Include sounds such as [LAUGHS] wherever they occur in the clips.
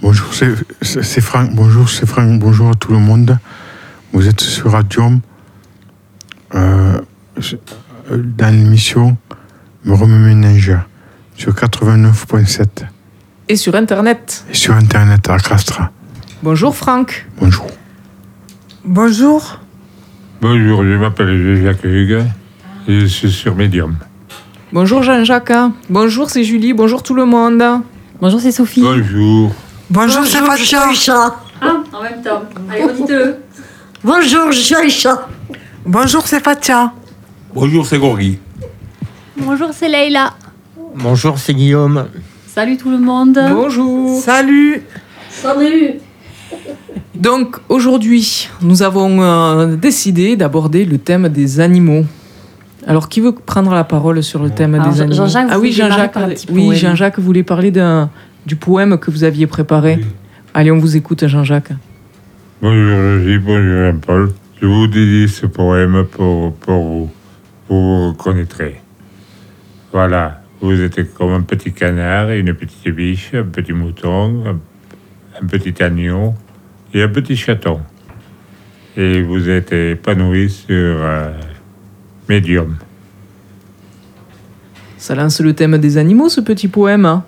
bonjour, c'est- c'est c'est Franck. Bonjour, c'est Franck. Bonjour à tout le monde. Vous êtes sur Radium. Euh, je- euh, dans l'émission Rome Ménage sur 89.7 Et sur Internet. et sur Internet à Castra. Bonjour Franck. Bonjour. Bonjour. Bonjour, je m'appelle Jacques Hugues et je suis sur Medium. Bonjour Jean-Jacques. Bonjour, c'est Julie. Bonjour tout le monde. Bonjour, c'est Sophie. Bonjour, Bonjour. Bonjour, je suis Sébastien. un chat. Ah, en même temps. Allez, redites-le. Bonjour, je suis un chat. Bonjour, c'est Fatia. Bonjour, c'est Gorgui. Bonjour, c'est Leïla. Bonjour, c'est Guillaume. Salut tout le monde. Bonjour. Salut. Salut. Donc aujourd'hui, nous avons euh, décidé d'aborder le thème des animaux. Alors qui veut prendre la parole sur le thème Alors, des Jean- animaux Jean-Jacques, vous Ah oui, voulez démarrer Jean-Jacques. par un petit Oui, poème. Jean-Jacques voulait parler d'un du poème que vous aviez préparé. Allez, on vous écoute Jean-Jacques. Bonjour Julie, bonjour Jean-Paul. Je vous dédie ce poème pour, pour vous. Vous vous reconnaîtrez. Voilà, vous êtes comme un petit canard, une petite biche, un petit mouton, un, un petit agneau et un petit chaton. Et vous êtes épanoui sur euh, Medium. Ça lance le thème des animaux ce petit poème. hein.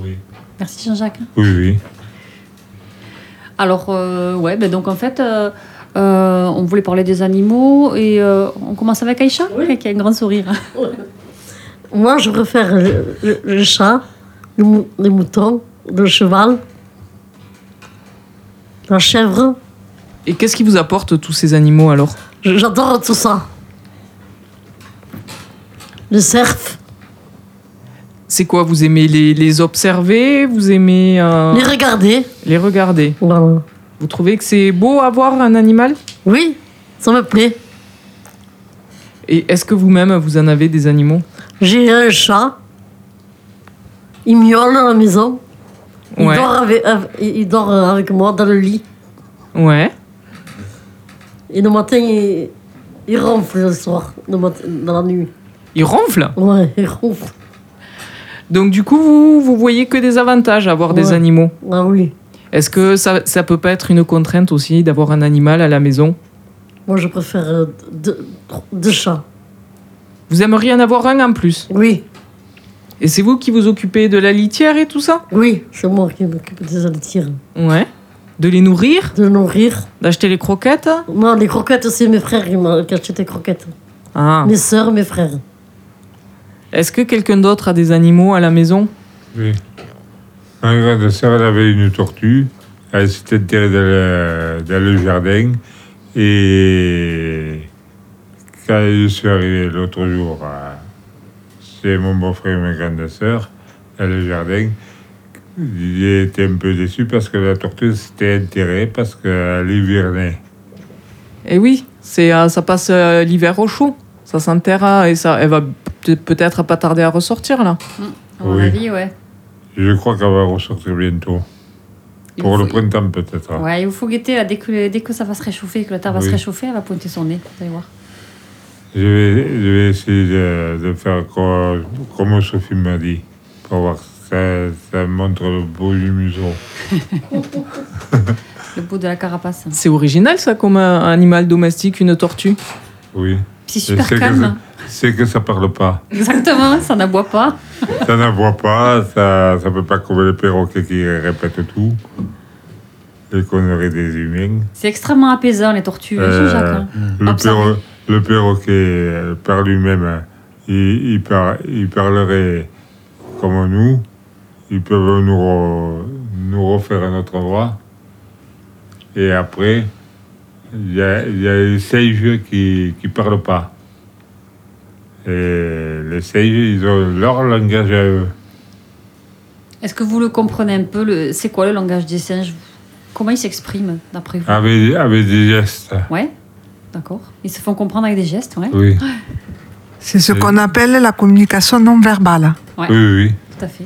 Oui. Merci Jean-Jacques. Oui, oui. Alors, euh, ouais, ben donc en fait, euh, euh, on voulait parler des animaux et euh, on commence avec Aïcha, qui a un grand sourire. Moi, je préfère le, le- le chat, le mou- les moutons, le cheval, la chèvre. Et qu'est-ce qui vous apporte tous ces animaux alors Je- J'adore tout ça. Le cerf, C'est quoi Vous aimez les, les observer Vous aimez euh, les regarder. les regarder Voilà. Vous trouvez que c'est beau avoir un animal Oui, ça me plaît. Et est-ce que vous-même, vous en avez des animaux J'ai un chat. Il miaule à la maison. Il, Ouais. dort avec, avec- il dort avec moi dans le lit. Ouais. Et le matin, il, il ronfle le soir, le matin, dans la nuit. Il ronfle Ouais, il ronfle. Donc du coup, vous, vous voyez que des avantages à avoir des Ouais. animaux. Ah oui. Est-ce que ça, ça peut pas être une contrainte aussi d'avoir un animal à la maison Moi, je préfère euh, deux, trois- deux chats. Vous aimeriez en avoir un en plus Oui, Et c'est vous qui vous occupez de la litière et tout ça oui, c'est moi qui m'occupe des alitières. Ouais. De les nourrir De nourrir. D'acheter les croquettes Non, les croquettes aussi, mes frères, ils m'ont caché des croquettes. Ah. Mes sœurs, mes frères. Est-ce que quelqu'un d'autre a des animaux à la maison Oui. Ma grande sœur, elle avait une tortue. Elle s'était enterrée dans le, dans le jardin. Et quand je suis arrivé l'autre jour, à- c'est mon beau-frère et ma grande sœur, dans le jardin, j'étais un peu déçu parce que la tortue s'était enterrée parce qu'elle hivernait. Eh oui, c'est euh, ça passe euh, l'hiver au chaud. Ça s'enterre hein, et ça, elle va peut- peut-être pas tarder à ressortir là. À mon Oui. avis, ouais. Je crois qu'elle va ressortir bientôt. Il Pour vous le faut, printemps, peut-être. ouais, il vous faut guetter, là, dès, que, dès que ça va se réchauffer, que la terre va se Oui. réchauffer, elle va pointer son nez. Vous allez voir. Je vais, je vais essayer de, de faire co- comme Sophie m'a dit, pour voir si ça, ça montre le beau du museau. Le bout de la carapace. C'est original ça comme un un animal domestique, une tortue. Oui. C'est Je super sais que calme. ça- C'est que ça parle pas. [LAUGHS] Exactement, ça n'aboie pas. Ça n'envoie pas, ça ne peut pas comme les perroquets qui répètent tout. Les conneries des humains. C'est extrêmement apaisant, les tortues. Euh, Jean-Jacques, hein. Le, Observer. perro- le perroquet, euh, par lui-même, hein, il, il, par- il parlerait comme nous. Ils peuvent nous, re- nous refaire un autre endroit. Et après, il y a, il y a les seiges qui ne parlent pas. Et les seiges, ils ont leur langage à eux. Est-ce que vous le comprenez un peu le... C'est quoi le langage des singes Comment ils s'expriment, d'après vous Avec, avec des gestes. Ouais, d'accord. Ils se font comprendre avec des gestes, ouais. Oui, C'est ce Oui. qu'on appelle la communication non verbale. Ouais, oui, oui. tout à fait.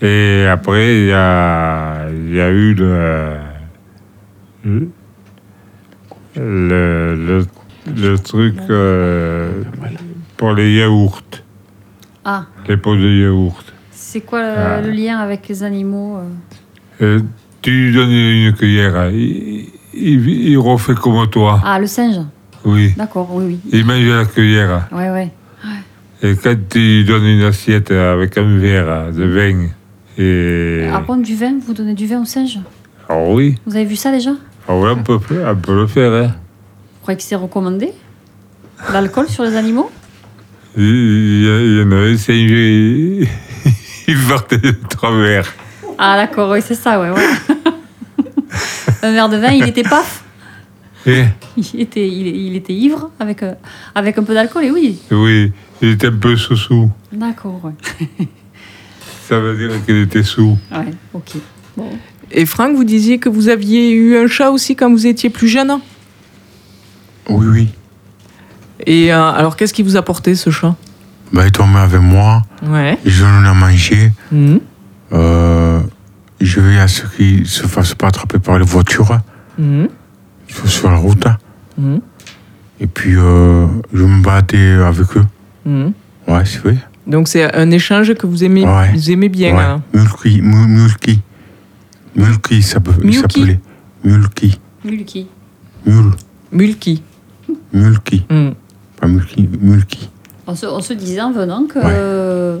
Et après, il y a, il y a eu le, le, le, le truc euh, pour les yaourts, Ah, les pots de yaourt. c'est quoi le, Ah. le lien avec les animaux euh Euh, tu lui donnes une cuillère, hein, il, il- il refait comme toi. Ah, le singe. Oui, D'accord, oui, oui. il mange à la cuillère. hein. Ouais, ouais. Et quand tu lui donnes une assiette avec un verre hein, de vin, et. À prendre du vin, vous donnez du vin au singe Ah oui, Vous avez vu ça déjà Vous ah ouais, on, peut, on peut le faire. Hein. croyez que c'est recommandé L'alcool sur les animaux Il, il y en a un, euh, c'est il, [LAUGHS] il partait de travers. Ah, d'accord, oui, c'est ça, ouais, [LAUGHS] ouais. Un verre de vin, il était paf Et, il était, il, il était ivre avec, euh, avec un peu d'alcool, et oui. oui, il était un peu sous-sous. D'accord, ouais. Ça veut dire qu'il était sous. ouais. Ok. Et Franck, vous disiez que vous aviez eu un chat aussi quand vous étiez plus jeune. Oui, oui. Et euh, alors, qu'est-ce qui vous a porté ce chat Bah, il est tombé avec moi, Ouais. je l'en ai mangé. Hmm, Euh, je vais à ce qu'il ne se fasse pas attraper par les voitures hmm, sur sur la route. Mhm. Et puis, euh, je me battais avec eux. Ouais, c'est vrai. hmm. Donc, c'est un échange que vous aimez, Ouais. vous aimez bien. ouais. hein. Mulki, Mu- Mulki. Mulki, ça peut- il Mulki s'appelait. Mulki. Mulki. Mul. Mulki. Mulki. Hmm. Pas Mulki, Mulki. On se, on se disait en venant que Ouais. euh,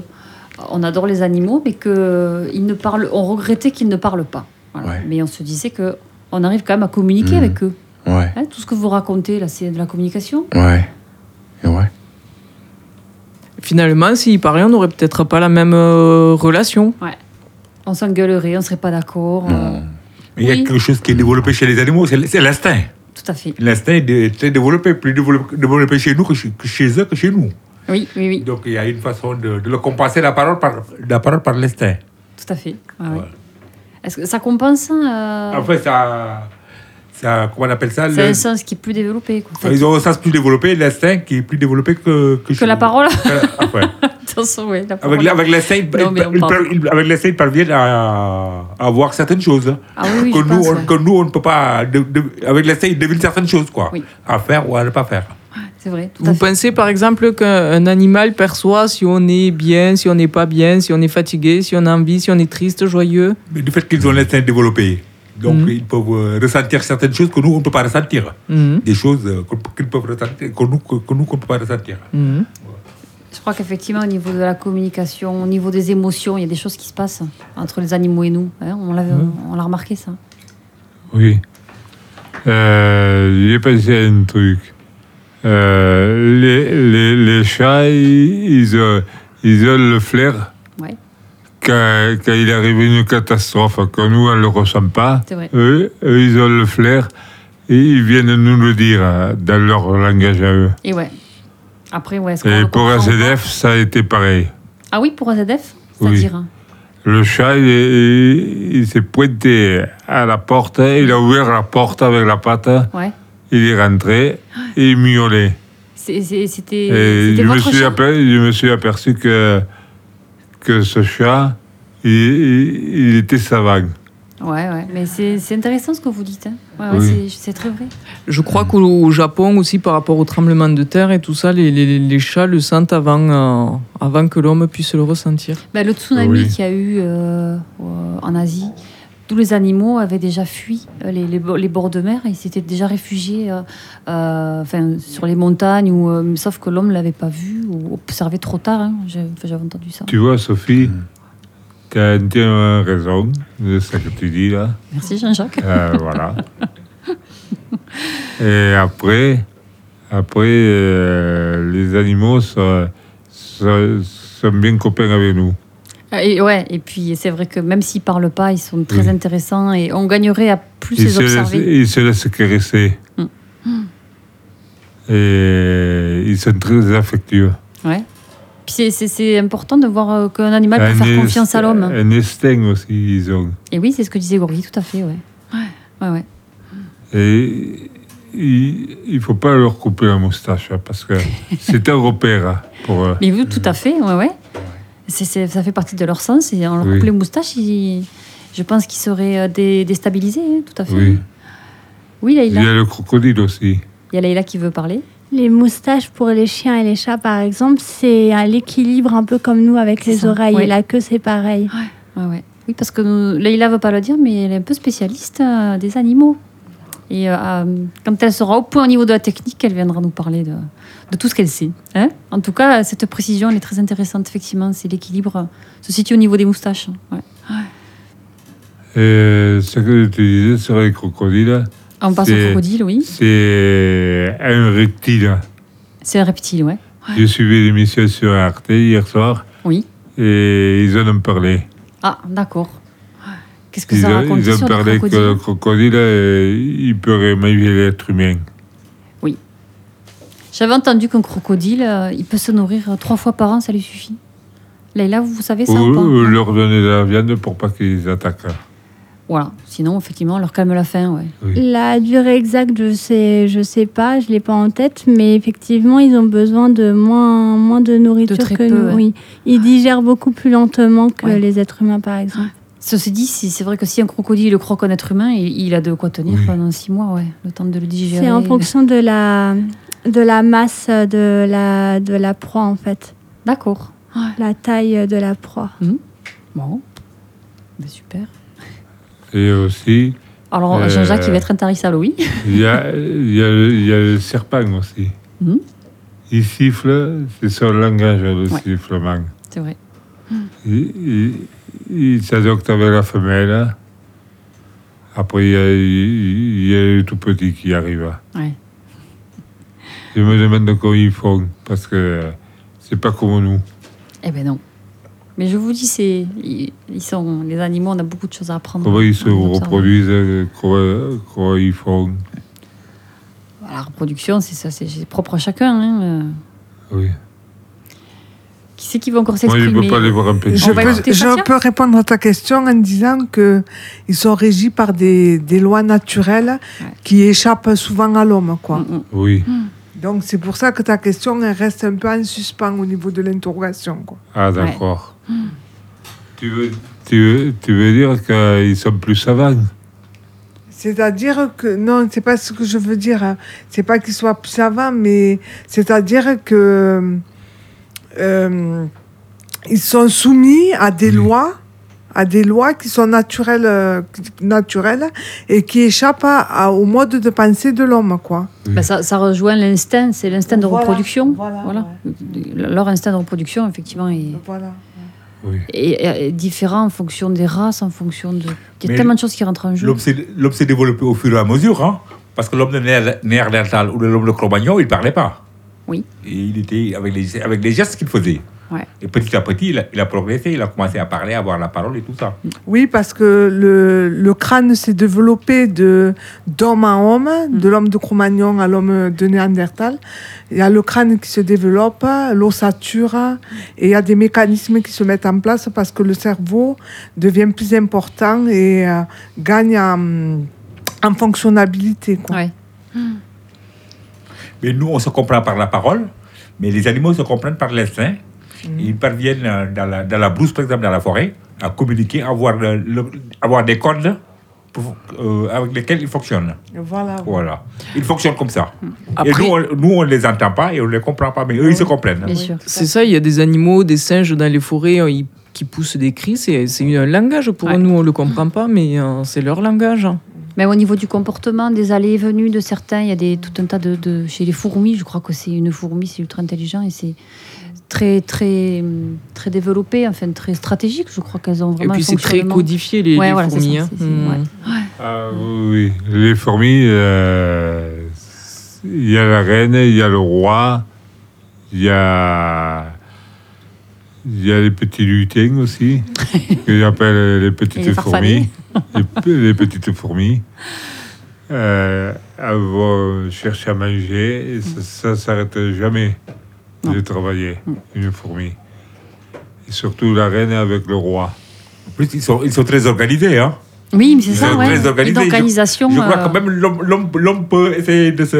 on adore les animaux, mais que ils ne parlent, on regrettait qu'ils ne parlent pas. Voilà. Ouais. Mais on se disait que on arrive quand même à communiquer Mhm. Mm. avec eux. Ouais, Hein, tout ce que vous racontez là, c'est de la communication. ouais. Et ouais. Finalement, s'il parlait, on n'aurait peut-être pas la même euh, relation. On s'engueulerait, on serait pas d'accord. euh, Il y a Oui. quelque chose qui est développé chez les animaux, c'est c'est l'instinct. tout à fait. L'instinct est dé- très développé, plus développé, développé chez nous que chez, que chez eux que chez nous. Oui, oui, oui, Donc il y a une façon de, de le compenser la parole par la parole par l'instinct. tout à fait. Ouais, ouais. Ouais. Ah, Est-ce que ça compense euh, Après ça, ça, comment on appelle ça C'est le- un sens qui est plus développé. quoi, en fait. Ah, Ils ont un sens plus développé, l'instinct qui est plus développé que que, Que la parole. Après, [LAUGHS] Attention, ouais, la avec parole. la- avec l'instinct, ils- Non, mais on ils- parle. ils- avec l'instinct, ils parviennent à, à voir certaines choses. hein, Ah oui, oui, que, je nous, pense, on, ouais. que nous, on ne peut pas. de- de- avec l'instinct, ils devinent certaines choses, quoi. Oui. À faire ou à ne pas faire. C'est vrai. Tout à Vous fait. pensez par exemple qu'un animal perçoit si on est bien, si on n'est pas bien, si on est fatigué, si on a envie, si on est triste, joyeux Mais du fait qu'ils ont l'instinct développé. Donc, Mhm. ils peuvent euh, ressentir certaines choses que nous, on ne peut pas ressentir. Mhm. Des choses euh, qu'on- qu'ils peuvent ressentir, que nous, que, que nous, qu'on ne peut pas ressentir. Mhm. Je crois qu'effectivement, au niveau de la communication, au niveau des émotions, il y a des choses qui se passent entre les animaux et nous. hein. on l'a on l'a remarqué, ça. Oui. Euh, J'ai pensé à un truc. Euh, les, les, les chats, ils, ils, ont, ils ont le flair. Ouais. Quand, quand il arrive une catastrophe, que nous, on ne le ressent pas, C'est vrai. eux, eux, ils ont le flair et ils viennent nous le dire hein, dans leur langage à eux. Et ouais. Après, ouais, est-ce qu'on Et le pour comprend ou SDF, ça a été pareil. pas Ah oui, pour AZF Oui. C'est-à-dire hein. Le chat, il, il- il s'est pointé à la porte, il a ouvert la porte avec la patte, hein. Ouais. il est rentré et il miaulait. C'est- c'est- C'était Et c'était je me, votre suis chat aper- je me suis aperçu que, que ce chat, il, il- il était savant. Ouais, ouais. Mais c'est c'est intéressant ce que vous dites. hein. Ouais, ouais, c'est- Oui. c'est très vrai. Je crois qu'au au Japon aussi, par rapport au tremblement de terre et tout ça, les, les- les chats le sentent avant, euh, avant que l'homme puisse le ressentir. Bah, le tsunami Oui. qu'il y a eu euh, euh, en Asie, tous les animaux avaient déjà fui euh, les, les bo- les bords de mer. Ils s'étaient déjà réfugiés euh, euh, enfin, sur les montagnes, ou, euh, sauf que l'homme ne l'avait pas vu ou observé trop tard. hein. J'ai- enfin, J'avais entendu ça. Tu vois, Sophie, tu as entièrement euh, raison de ce que tu dis là. Merci Jean-Jacques. Euh, [LAUGHS] voilà. Et après, après euh, les animaux sont, sont- sont bien copains avec nous. Euh, Et, ouais, et puis c'est vrai que même s'ils ne parlent pas, ils sont très Oui. intéressants et on gagnerait à plus Ils les se, laissent, observer. ils se laissent caresser. Mm. Et ils sont très affectueux. Ouais. Puis c'est- c'est- c'est important de voir euh, qu'un animal peut Un faire est- confiance à l'homme. Un instinct aussi, ils ont. Et oui, c'est ce que disait Gorgi, tout à fait. Ouais. Ouais, ouais. Et il ne faut pas leur couper la moustache, hein, parce [LAUGHS] que c'est un repère hein, pour eux. Mais vous, tout à fait, ouais, ouais. C'est- c'est- ça fait partie de leur sens. Et en leur Oui. coupe les moustaches, ils- je pense qu'ils seraient euh, dé- déstabilisés, hein, tout à fait. Oui. Oui, Il y Leïla. a le crocodile aussi. Il y a Leïla qui veut parler. Les moustaches pour les chiens et les chats, par exemple, c'est à l'équilibre un peu comme nous avec C'est les ça, oreilles ouais. et la queue, c'est pareil. Ouais, ouais. Oui, parce que nous- Leïla ne veut pas le dire, mais elle est un peu spécialiste euh, des animaux. Et euh, euh, quand elle sera au point au niveau de la technique, elle viendra nous parler de, de tout ce qu'elle sait. hein. en tout cas, cette précision, elle est très intéressante, effectivement. C'est l'équilibre euh, se situe au niveau des moustaches. ouais. Euh, ce que tu disais sur les crocodiles, Ah, On passe au C'est- crocodile, oui. c'est un reptile. C'est un reptile, ouais. J'ai suivi l'émission sur Arte hier soir Oui. et ils en ont parlé. Ah, d'accord. Qu'est-ce que Ils ça ont, raconte ils ont sur les parlé que crocodiles le crocodile, euh, il pourrait manger l'être humain. J'avais entendu qu'un crocodile, euh, il peut se nourrir euh, trois fois par an, ça lui suffit. Leïla, vous savez ça Ou, ou pas ou leur donner de la viande pour pas qu'ils attaquent. Voilà. Sinon, effectivement, on leur calme la faim, ouais. La durée exacte, je sais, je sais pas, je l'ai pas en tête, mais effectivement, ils ont besoin de moins, moins de nourriture De très peu, que nous. ouais. Ah. Oui, ils digèrent beaucoup plus lentement que Ouais. Ah, les êtres humains, par exemple. Ceci dit, si- c'est vrai que si un crocodile le croque un être humain, il, il a de quoi tenir Oui. pendant six mois, ouais, le temps de le digérer. euh, C'est en fonction de la, de la masse de la, de la proie, en fait, D'accord. la taille de la proie. Bon. Ben, super. Et aussi, Alors, Euh, Jean-Jacques, il va être intarissable, oui. il y a, il y a le- il y a le serpent aussi. Mhm. Il siffle, c'est son langage, le Ouais. sifflement. [LAUGHS] C'est vrai. Il, il- il s'adopte avec la femelle. Après, il y, a, il y a le tout petit qui arrive. Ouais. Je me demande comment ils font, parce que c'est pas comme nous. Eh ben non. Mais je vous dis, c'est ils, ils sont les animaux, on a beaucoup de choses à apprendre. Comment ils se en observant. reproduisent, euh, comment, comment ils font. Bah, La reproduction, c'est ça, c'est c'est propre à chacun. hein, euh. Oui. Qui c'est qui va encore Moi, je s'exprimer ne peux pas les voir en petit. On Je, va peux, écouter je Fatia peux répondre à ta question en disant que ils sont régis par des, des lois naturelles Ouais. qui échappent souvent à l'homme. quoi. Mm, mm. Oui. Donc c'est pour ça que ta question elle reste un peu en suspens au niveau de l'interrogation. quoi. Ah, d'accord. Hmm. Tu, veux, tu, veux, tu veux dire qu'ils sont plus savants C'est-à-dire que non, c'est pas ce que je veux dire. hein. C'est pas qu'ils soient savants, mais c'est-à-dire que euh, ils sont soumis à des Oui. lois, à des lois qui sont naturelles, euh, naturelles et qui échappent à- à- au mode de pensée de l'homme, quoi. Bah, ça, ça rejoint l'instinct, c'est l'instinct de Voilà, reproduction. voilà, Leur instinct de reproduction, effectivement, est, Voilà. Oui. est- est- est différent en fonction des races, en fonction de. Il y a Mais tellement de choses qui rentrent en jeu. L'homme s'est l'homme s'est développé au fur et à mesure, hein, parce que l'homme de Néer- Néandertal ou l'homme de Cro-Magnon, il ne parlait pas. Oui. Et il était avec les, avec les gestes qu'il faisait. Ouais. Et petit à petit, il a, il a progressé, il a commencé à parler, à avoir la parole et tout ça. Oui, parce que le, le crâne s'est développé de d'homme à homme, Mm. de l'homme de Cro-Magnon à l'homme de Néandertal. Il y a le crâne qui se développe, l'ossature, et il y a des mécanismes qui se mettent en place parce que le cerveau devient plus important et euh, gagne en, en fonctionnalité. quoi. Ouais. Mais nous, on se comprend par la parole, mais les animaux se comprennent par l'instinct. Mm. Ils parviennent euh, dans la, dans la brousse, par exemple, dans la forêt, à communiquer, avoir, le- le- avoir des cordes pour- euh, avec lesquelles ils Mm. fonctionnent. Voilà. Voilà. Ils fonctionnent comme ça. Et Après- nous, on, nous, on les entend pas et on ne les comprend pas, mais eux, ils se comprennent. Bien sûr. C'est ça, il y a des animaux, des singes dans les forêts euh, ils- qui poussent des cris. C'est c'est un langage pour Ouais. nous, on le comprend pas, mais euh, c'est leur langage. Même au niveau du comportement, des allées et venues de certains, il y a des, tout un tas de, de- Chez les fourmis, je crois que c'est une fourmi, c'est ultra intelligent et c'est très, très, hum, très développé, enfin très stratégique. Je crois qu'elles ont Et vraiment. puis un c'est très fonctionnement. codifié, les, Ouais, les voilà, c'est fourmis. ça, hein. c'est- c'est- Mm. ouais. Ah Hmm. oui, oui. Les fourmis, euh, il y a la reine, il y a le roi, il y a, il y a les petits lutins [LAUGHS] aussi, que j'appelle les petites Et les farfadets. fourmis. Les, pe- les petites fourmis. Euh, elles vont chercher à manger et Hmm. ça ne s'arrête jamais de travailler, une fourmi. Et surtout la reine avec le roi. En plus, ils sont, ils sont très organisés. Hein. Oui, mais c'est Ils ça, sont ouais. très organisés. Et d'organisation. Je crois euh, quand même l'homme- l'homme l'homme peut essayer de, se,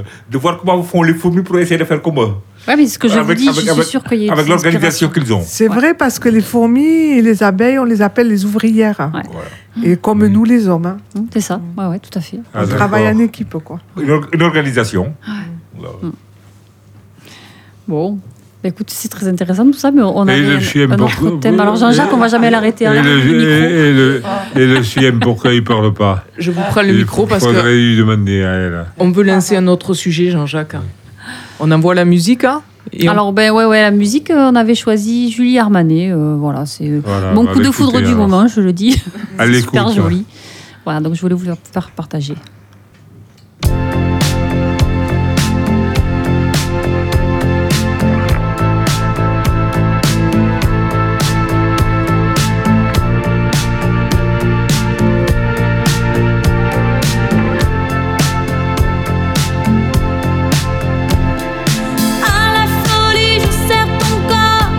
de voir comment font les fourmis pour essayer de faire comme eux. Ouais, mais c'est ce que je vous Avec- dis, avec- je suis avec- sûre qu'il y a Avec des l'organisation inspirations. qu'ils ont. C'est Ouais. vrai parce que les fourmis et les abeilles, on les appelle les ouvrières. Ouais. Voilà. Et comme nous, les hommes, hein. Hum, C'est ça, Mm. ouais, ouais, tout à Ah fait. Ah, on travaille en d'accord. équipe. quoi. Mm. Une, or- une organisation. Voilà. Bon. Ben, Bah, écoute, c'est très intéressant tout ça, mais on Et a le chien un, un autre pourquoi- thème. Alors Jean-Jacques, on va jamais l'arrêter. Et hein, le, le micro. Oh. et, et le, et le CM, pourquoi il ne parle pas Je vous prends le Il micro parce faudrait que lui demander à elle. on veut lancer un autre sujet, Jean-Jacques. On envoie la musique. hein, et on- Alors ben ouais, ouais, la musique, euh, on avait choisi Julie Armanet. euh, voilà, c'est euh, Ah, Voilà, on mon va coup de l'écouter, foudre du alors. moment, je le dis. [LAUGHS] Elle C'est super l'écoute. joli. Voilà, donc je voulais vous la faire partager. À la folie, je serre ton corps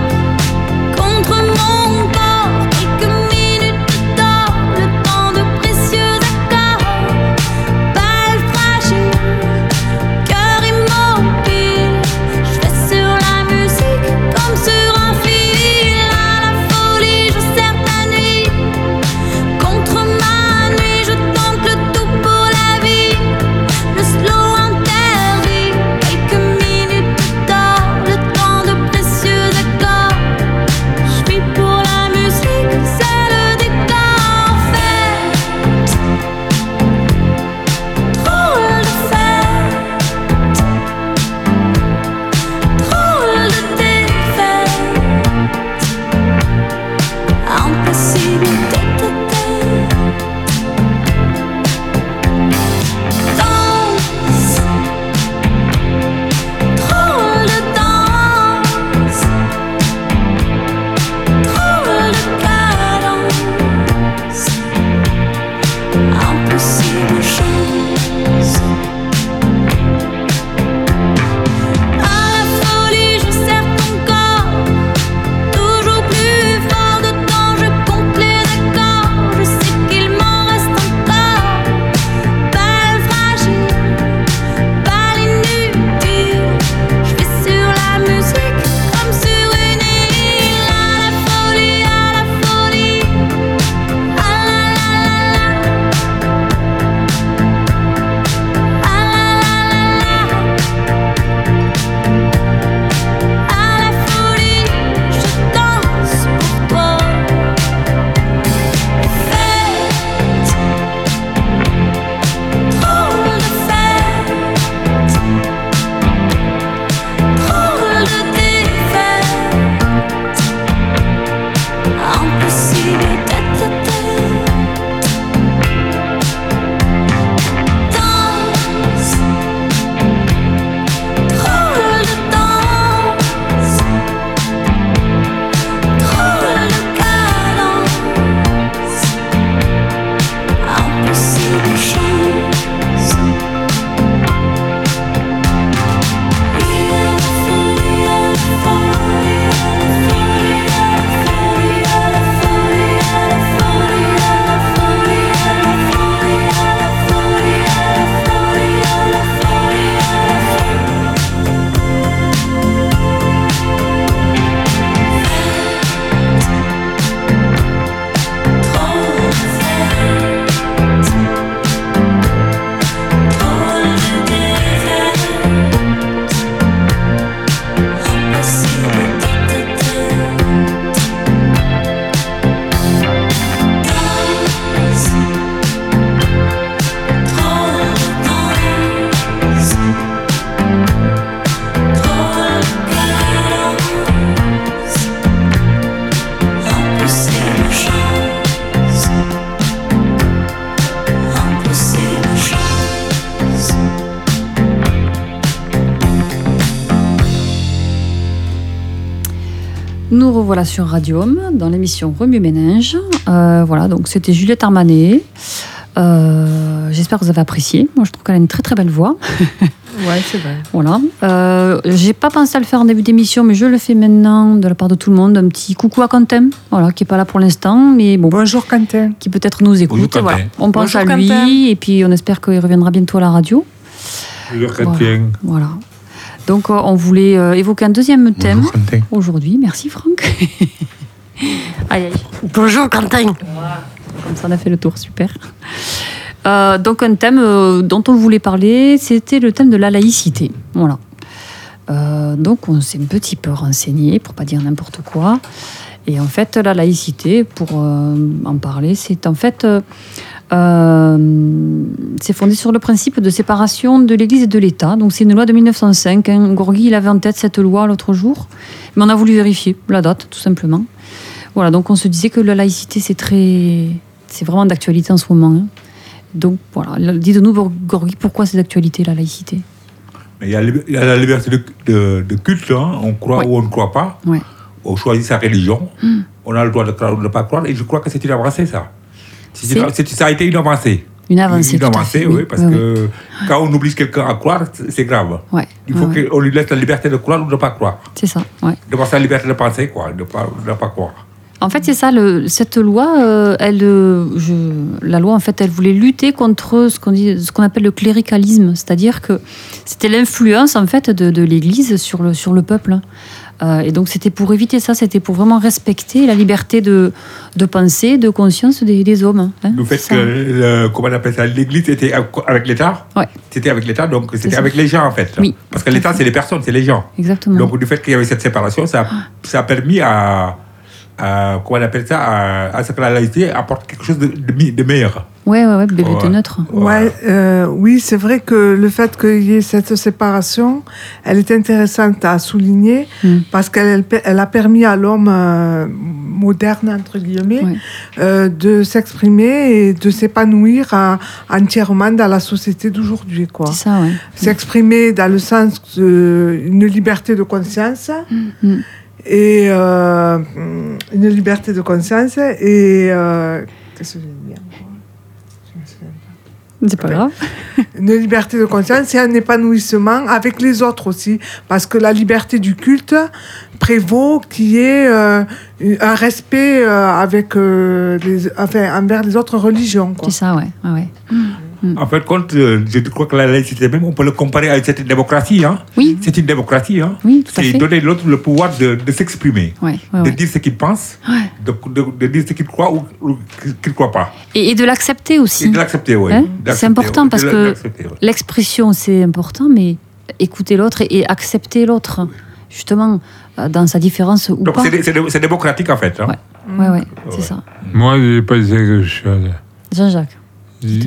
contre mon corps. Quelques minutes de tort, le temps de précieux accords. Balle fragile, cœur immobile. Je vais sur la musique comme sur un fil. À la folie, je serre ta nuit contre ma nuit. Je tente le tout pour la vie. Le slow interdit, quelques minutes plus tard, le temps de précieux accords. Je suis pour la musique, c'est le décor. Fête, drôle de fête, drôle de défaite, impossible de t'éteindre. Danse, drôle de danse, drôle de cadence, impossible chance. À la folie, je serre ton corps, toujours plus fort de temps, je compte les accords, je sais qu'il m'en reste encore. Balle fragile, balle inutile. Je vais sur la musique comme sur une île. À la folie, à la folie. Ah la la la la. Ah la la la la. À la folie, je danse pour toi. Fête. Drôle de fête, drôle de défaite, impossible d'être tête. Danse, drôle de danse, drôle de cadence. Impossible chance. Il a la folie, à la folie, à la folie, à la folie, à la folie, à la folie, à la folie, à la folie, à la folie, à la folie, à la folie, à la folie. Trop faible. Chance. Impossible chance. Nous revoilà sur Radium dans l'émission Remue Ménage. Euh, voilà, donc c'était Juliette Armanet. Euh, J'espère que vous avez apprécié. Moi, je trouve qu'elle a une très très belle voix. Ouais, c'est vrai. Voilà. Euh, J'ai pas pensé à le faire en début d'émission, mais je le fais maintenant de la part de tout le monde. Un petit coucou à Quentin, voilà, qui est pas là pour l'instant, mais bon, Bonjour Quentin. qui peut-être nous Bonjour, écoute. Quentin. Voilà. On pense Bonjour, à lui Quentin. et puis on espère qu'il reviendra bientôt à la radio. Le chrétien. Voilà. Donc, euh, on voulait euh, évoquer un deuxième thème Bonjour, Quentin. aujourd'hui. Merci Franck. [LAUGHS] aïe aïe. Bonjour Quentin. Comme ça, on a fait le tour, super. Euh, donc, un thème euh, dont on voulait parler, c'était le thème de la laïcité. Voilà. Euh, donc on s'est un petit peu renseigné pour pas dire n'importe quoi. Et en fait, la laïcité, pour euh, en parler, c'est en fait, euh, euh, c'est fondé sur le principe de séparation de l'Église et de l'État. Donc c'est une loi de 1905. hein. Gorgui, il avait en tête cette loi l'autre jour, mais on a voulu vérifier la date, tout simplement. Voilà, donc on se disait que la laïcité, c'est très, c'est vraiment d'actualité en ce moment. hein. Donc voilà, dites-nous, Gorgui, pourquoi c'est d'actualité la laïcité Mais il y, a lib- il y a la liberté de, de- de culte, hein. on croit ou on ne croit pas. Ouais. On choisit sa religion. Hmm. On a le droit de croire ou de ne pas croire. Et je crois que c'est une avancée, ça. C'est une- C'est- c'est- ça a été une avancée. Une avancée, Une tout à avancée, fait, oui, oui. parce Oui, que quand on oblige quelqu'un à croire, c'est c'est grave. Ouais, Il faut ouais, ouais. qu'on lui laisse la liberté de croire ou de ne pas croire. c'est ça. Ouais. D'avoir sa liberté de penser, quoi, de ne pas, de pas croire. En fait, c'est ça. le- cette loi, euh, elle, euh, je- la loi, en fait, elle voulait lutter contre ce qu'on dit, ce qu'on appelle le cléricalisme, c'est-à-dire que c'était l'influence en fait de, de l'Église sur le sur le peuple. Euh, et donc, c'était pour éviter ça. C'était pour vraiment respecter la liberté de de pensée, de conscience des, des hommes. hein. Le fait Ça. que, le- comment on appelle ça, l'Église était avec l'État. Ouais. C'était avec l'État, donc C'est c'était ça. avec les gens, en fait. Oui. Mm. Parce que l'État, c'est les personnes, c'est les gens. Exactement. Donc, du fait qu'il y avait cette séparation, ça, ça a permis à, à- comment on appelle ça, à, à ce que la laïcité apporte quelque chose de, de mi- de meilleur. ouais, ouais, ouais, bébé Ouais. de neutre. Voilà. Ouais, euh, oui, c'est vrai que le fait qu'il y ait cette séparation, elle est intéressante à souligner Mm. parce qu'elle elle a permis à l'homme euh, moderne, entre guillemets, Ouais. euh, de s'exprimer et de s'épanouir euh, entièrement dans la société d'aujourd'hui. quoi. C'est ça, ouais. S'exprimer dans le sens d'une liberté de conscience Mm. et euh, une liberté de conscience et euh, qu'est-ce que je vais dire moi Je me souviens pas C'est pas grave. une liberté de conscience et un épanouissement avec les autres aussi. Parce que la liberté du culte prévaut qui est euh, un respect euh, avec, euh, les, enfin, envers les autres religions. Quoi. C'est ça, ouais, ouais, ouais. Mm. En fait, compte, euh, je crois que la laïcité même, on peut le comparer à cette démocratie. Hein. Oui, C'est une démocratie. Hein. oui, Mm. tout à C'est fait. donner à l'autre le pouvoir de, de s'exprimer, Ouais, ouais, de ouais. dire ce qu'il pense, Ouais. de, de- de dire ce qu'il croit ou, ou qu'il ne croit pas. Et, et de l'accepter Et aussi. de l'accepter, oui. Hein? De C'est l'accepter, important oui. parce De que- l'accepter, oui. L'expression, c'est important, mais écouter l'autre et, et accepter l'autre, justement, euh, dans sa différence ou Donc pas. c'est dé- c'est dé- c'est démocratique en fait. hein. Ouais. Ouais, ouais, c'est Ouais. ça. Moi, j'ai pas dit quelque chose. Jean-Jacques. Je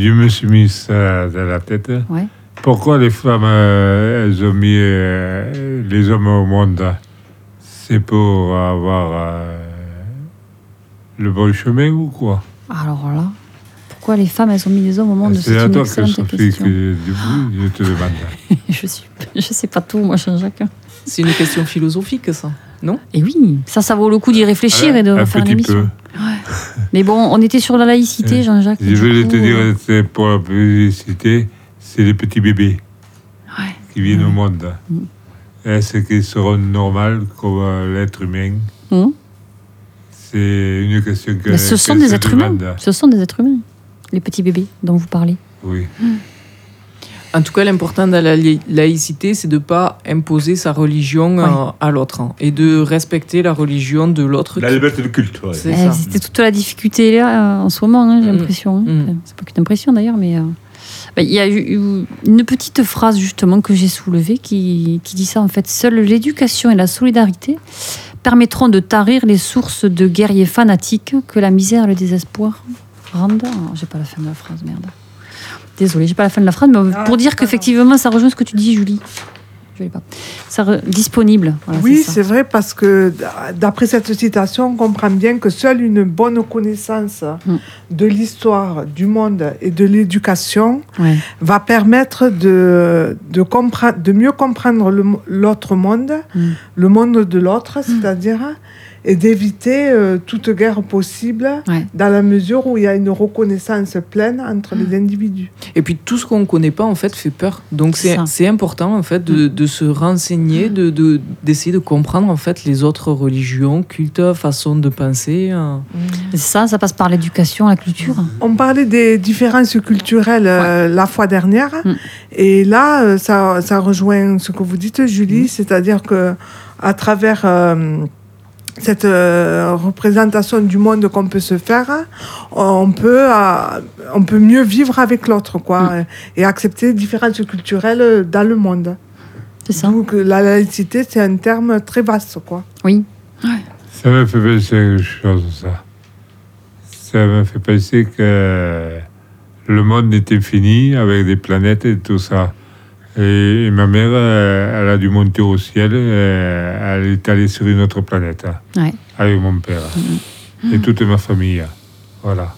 je me suis mis ça dans la tête. Ouais. Pourquoi les femmes, euh, elles ont mis euh, les hommes au monde hein C'est pour avoir euh, le bon chemin ou quoi Alors là, pourquoi les femmes, elles ont mis les hommes au monde C'est C'est à une toi que excellente Sophie, question. que je, je te demande. je suis, je sais pas tout, moi, Jean-Jacques. C'est une question philosophique, ça. Et Eh oui, ça, ça vaut le coup d'y réfléchir et de Euh, un faire une petit peu. émission. Mais bon, on était sur la laïcité, Euh, Jean-Jacques. Je du voulais coup, te euh, dire, c'est pour la publicité, c'est les petits bébés Ouais. Mm. qui viennent au monde. Est-ce qu'ils seront normaux comme euh, l'être humain Mhm. C'est une question que. mais Bah, ce sont que des se êtres humains. demande. Ce sont des êtres humains, les petits bébés dont vous parlez. Oui. En tout cas, l'important dans la laï- laïcité, c'est de ne pas imposer sa religion Ouais. euh, à l'autre hein, et de respecter la religion de l'autre. La qui- liberté de culte. ouais. C'est Eh, ça. C'était toute la difficulté là euh, en ce moment, hein, j'ai Mm. l'impression. hein. Mm. Enfin, C'est pas qu'une impression d'ailleurs, mais euh, bah, il y a eu- eu une petite phrase justement que j'ai soulevée qui, qui dit ça en fait. Seule l'éducation et la solidarité permettront de tarir les sources de guerriers fanatiques que la misère et le désespoir rendent. Oh, j'ai pas la fin de la phrase, merde. Désolée, j'ai pas la fin de la phrase, mais Ah, pour dire c'est pas grave. qu'effectivement ça rejoint ce que tu dis, Julie. Je l'ai pas. Ça re- disponible. Voilà, oui, ça. c'est vrai parce que d'après cette citation, on comprend bien que seule une bonne connaissance Mm. de l'histoire, du monde et de l'éducation Ouais. va permettre de, de, compre- de mieux comprendre le mo- l'autre monde, Mm. le monde de l'autre, c'est-à-dire, et d'éviter euh, toute guerre possible Ouais. dans la mesure où il y a une reconnaissance pleine entre les Mm. individus. Et puis tout ce qu'on ne connaît pas, en fait, fait peur. Donc C'est c'est ça. Mm. c'est important, en fait, de, de se renseigner, d'essayer de, d'essayer de comprendre, en fait, les autres religions, cultes, façons de penser. euh. Ça, ça passe par l'éducation, la culture. On parlait des différences culturelles euh, la fois dernière, Mm. et là, euh, ça, ça rejoint ce que vous dites, Julie, Mm. c'est-à-dire que à travers euh, cette euh, représentation du monde qu'on peut se faire, euh, on peut, euh, on peut Mm. mieux vivre avec l'autre, quoi, et accepter les différences culturelles dans le monde. ça. Donc la laïcité, c'est un terme très vaste, quoi. Oui. Ça me fait penser à quelque chose, ça. Ça me fait penser que le monde était fini avec des planètes et tout ça. Et, et ma mère, euh, elle a dû monter au ciel, euh, elle est allée sur une autre planète, hein, Ouais. avec mon père et toute ma famille. hein. Voilà.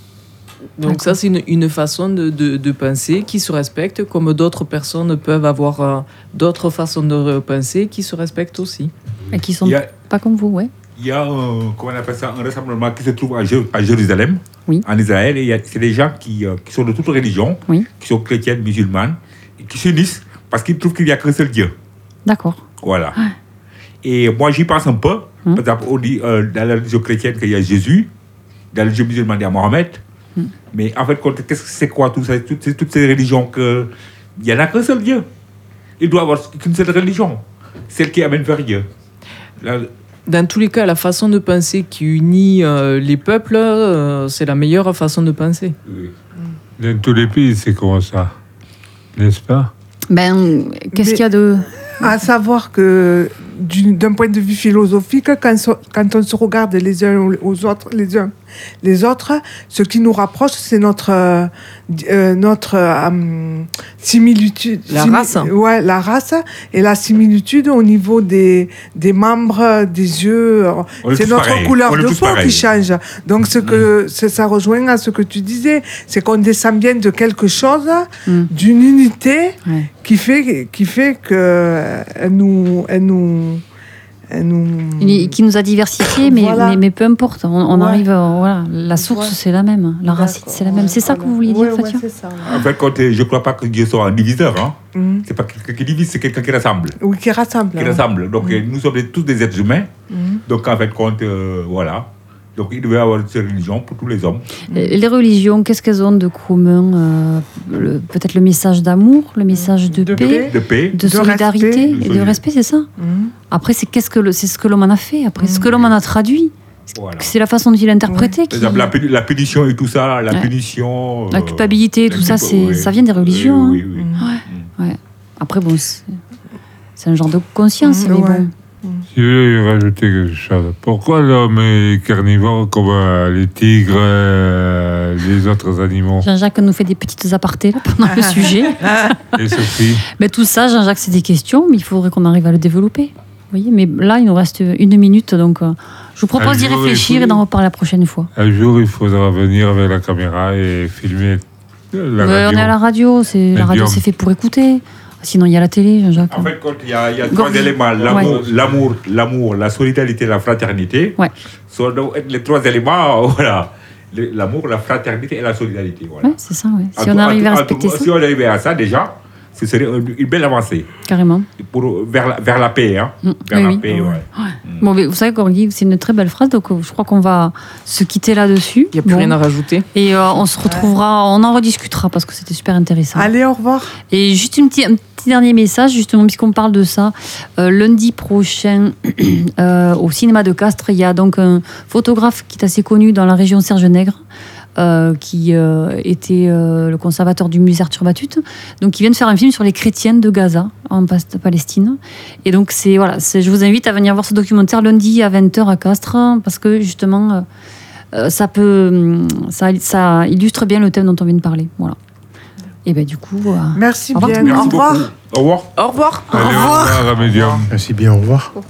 Donc ça, c'est une, une façon de, de- de penser qui se respecte, comme d'autres personnes peuvent avoir euh, d'autres façons de penser qui se respectent aussi. Et qui sont Il y a- pas comme vous, ouais. Il y a un, comment on appelle ça, un rassemblement qui se trouve à, Jér- à Jérusalem, Oui. en Israël. Et il y a- c'est des gens qui, euh, qui sont de toutes religions, Oui. qui sont chrétiennes, musulmanes, et qui s'unissent parce qu'ils trouvent qu'il n'y a qu'un seul Dieu. D'accord. Voilà. Et moi, j'y pense un peu. Hmm. Par exemple, on dit euh, dans la religion chrétienne qu'il y a Jésus, dans la religion musulmane, il y a Mohamed. Hmm. Mais en fait, quand- qu'est-ce que c'est quoi tout ça toutes, ces- toutes ces religions que... Il n'y en a qu'un seul Dieu. Il doit y avoir qu'une seule religion, celle qui amène vers Dieu. La- Dans tous les cas, la façon de penser qui unit euh, les peuples, euh, c'est la meilleure façon de penser. euh, Dans tous les pays, c'est comme ça. N'est-ce pas Ben, qu'est-ce Mais- qu'il y a de... À savoir que d'une- d'un point de vue philosophique, quand, so- quand on se regarde les uns aux autres, les uns les autres, ce qui nous rapproche, c'est notre euh, di- euh, notre euh, hum, similitude. La simi- race. Ouais, la race et la similitude au niveau des des membres, des yeux. euh, On est C'est tous notre pareils. couleur On est de tous peau pareils. qui change. Donc ce Mm. que c'est- ça rejoint à ce que tu disais, c'est qu'on descend bien de quelque chose, Mm. d'une unité Ouais. qui fait qui fait que elle nous elle nous elle nous Il- qui nous a diversifiés, mais, Voilà. mais, mais peu importe, on, on Ouais. arrive, à- voilà, la source Ouais. c'est la même, la racine c'est la même. C'est ça que vous vouliez dire, Ouais, ouais, Fatia c'est ça, ouais. En fait, quand, euh, je ne crois pas que Dieu soit un diviseur. Hein. Mhm. C'est pas quelqu'un qui divise, c'est quelqu'un qui rassemble. Oui, qui rassemble. Qui hein. rassemble. Hmm. Donc, euh, nous sommes des- tous des êtres humains. Mhm. Donc, en fait, compte, euh, voilà. Donc, il devait y avoir une seule religion pour tous les hommes. Euh, Les religions, qu'est-ce qu'elles ont de commun euh, le- Peut-être le message d'amour, le message de, De paix, paix. De paix, de, De solidarité respect. et de Absolument. respect, c'est ça Mhm. Après, c'est qu'est-ce que le- c'est ce que l'homme en a fait, après, ce que l'homme en a traduit, voilà. c'est la façon dont il a interprété. Par qui- exemple, la, pu- la punition et tout ça, la Ouais. punition. euh, La culpabilité, tout ça, c'est- ça vient des religions, hein. Oui, oui, oui. Ah, Après, bon, c'est c'est un genre de conscience, Mmh, Mhm. mais Ouais. bon. Je vais rajouter quelque chose. Pourquoi l'homme est carnivore comme euh, les tigres, euh, les autres animaux Jean-Jacques nous fait des petites apartés là, pendant [LAUGHS] le sujet. Et Sophie Mais tout ça, Jean-Jacques, c'est des questions, mais il faudrait qu'on arrive à le développer. Vous voyez, mais là, il nous reste une minute, donc euh, je vous propose Un d'y jour, il réfléchir faut- et d'en reparler la prochaine fois. Un jour, il faudra venir avec la caméra et filmer la Ouais, radio. Euh, on est à la radio, c'est la Radio. radio, c'est fait pour écouter. Sinon, il y a la télé, Jean-Jacques. En fait, quand il y a, il y a Gorgui. trois éléments l'amour, Ouais. l'amour, l'amour, la solidarité, la fraternité. Ouais. Ce doivent être les trois éléments, [LAUGHS] voilà. Le- L'amour, la fraternité et la solidarité. Voilà. Ouais, c'est ça, ouais. En Si tout- on en arrive à tout- en respecter tout- ça, Si on arrivait à ça, déjà, ce serait une une belle avancée carrément. pour, vers, la, vers la paix. Hein. Mm, Vers oui, la oui. paix, ouais. Bon, mais vous savez, Gorgui, c'est une très belle phrase, donc euh, je crois qu'on va se quitter là-dessus. Il n'y a plus Bon. rien à rajouter. Et euh, on se retrouvera, on en rediscutera parce que c'était super intéressant. Allez, au revoir. Et juste une petit, un petit dernier message, justement, puisqu'on parle de ça. Euh, lundi prochain, [CLEARS THROAT] euh, au cinéma de Castres, il y a donc un photographe qui est assez connu dans la région Serge Nègre. euh, qui euh, était euh, le conservateur du musée Arthur Batut, donc qui vient de faire un film sur les chrétiennes de Gaza en Pas- Palestine. Et donc c'est voilà, c'est- je vous invite à venir voir ce documentaire lundi à 20h à Castres parce que justement euh, euh, ça peut hum, ça, ça illustre bien le thème dont on vient de parler. Voilà. Et ben du coup euh, Merci Au revoir. bien. Merci Au revoir. beaucoup. Au revoir. Au revoir Allez, au revoir, Amédium. Merci bien, au revoir.